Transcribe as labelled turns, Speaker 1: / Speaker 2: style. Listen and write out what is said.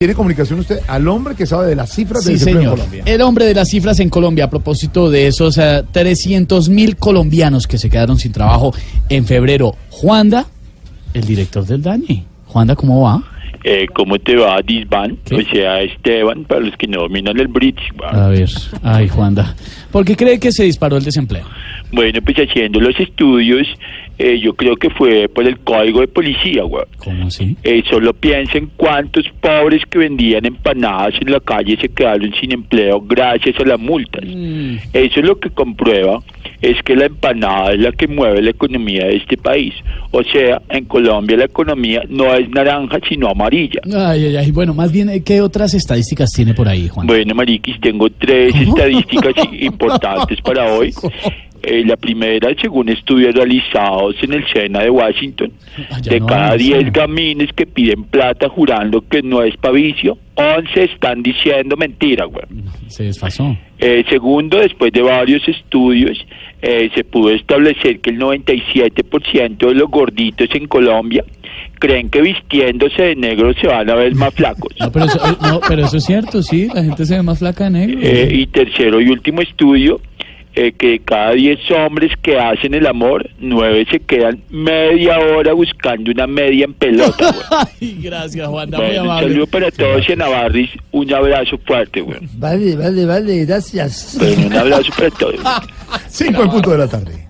Speaker 1: ¿Tiene comunicación usted al hombre que sabe de las cifras
Speaker 2: Sí,
Speaker 1: del desempleo
Speaker 2: señor.
Speaker 1: en Colombia?
Speaker 2: El hombre de las cifras en Colombia, a propósito de esos 300 mil colombianos que se quedaron sin trabajo en febrero. Juanda, el director del DANI. Juanda, ¿cómo va?
Speaker 3: Eh, ¿Cómo te va, Disban?
Speaker 2: ¿Qué?
Speaker 3: O sea, Esteban, para los que no dominan el bridge.
Speaker 2: A ver, ay, Juanda. ¿Por qué cree que se disparó el desempleo?
Speaker 3: Bueno, pues haciendo los estudios, eh, yo creo que fue por el código de policía, güey.
Speaker 2: ¿Cómo así?
Speaker 3: Eh, solo piensen cuántos pobres que vendían empanadas en la calle se quedaron sin empleo gracias a las multas.
Speaker 2: Mm.
Speaker 3: Eso es lo que comprueba es que la empanada es la que mueve la economía de este país. O sea, en Colombia la economía no es naranja, sino amarilla.
Speaker 2: Ay, ay, ay. Bueno, más bien, eh, ¿qué otras estadísticas tiene por ahí, Juanda?
Speaker 3: Bueno, Mariquis, tengo tres estadísticas i- importantes para hoy. Eh, la primera, según estudios realizados en el SENA de Washington,
Speaker 2: Ah, ya
Speaker 3: de
Speaker 2: no
Speaker 3: cada
Speaker 2: hay
Speaker 3: 10
Speaker 2: SENA.
Speaker 3: gamines que piden plata jurando que no es pavicio, 11 están diciendo mentira, güey.
Speaker 2: Se desfasó.
Speaker 3: Eh, segundo, después de varios estudios, eh, se pudo establecer que el 97% de los gorditos en Colombia creen que vistiéndose de negro se van a ver más flacos.
Speaker 2: No pero, eso, eh, no, pero eso es cierto, sí. La gente se ve más flaca de negro.
Speaker 3: Eh, y tercero y último estudio, eh, que de cada 10 hombres que hacen el amor, 9 se quedan media hora buscando una media en pelota. güey.
Speaker 2: Ay, gracias, Juanda. Muy
Speaker 3: Bueno, un
Speaker 2: amable.
Speaker 3: saludo para todos en Navarris, un abrazo fuerte, güey.
Speaker 1: Vale, vale, vale, gracias.
Speaker 3: Bueno, un abrazo para todos.
Speaker 1: Cinco en punto de la tarde.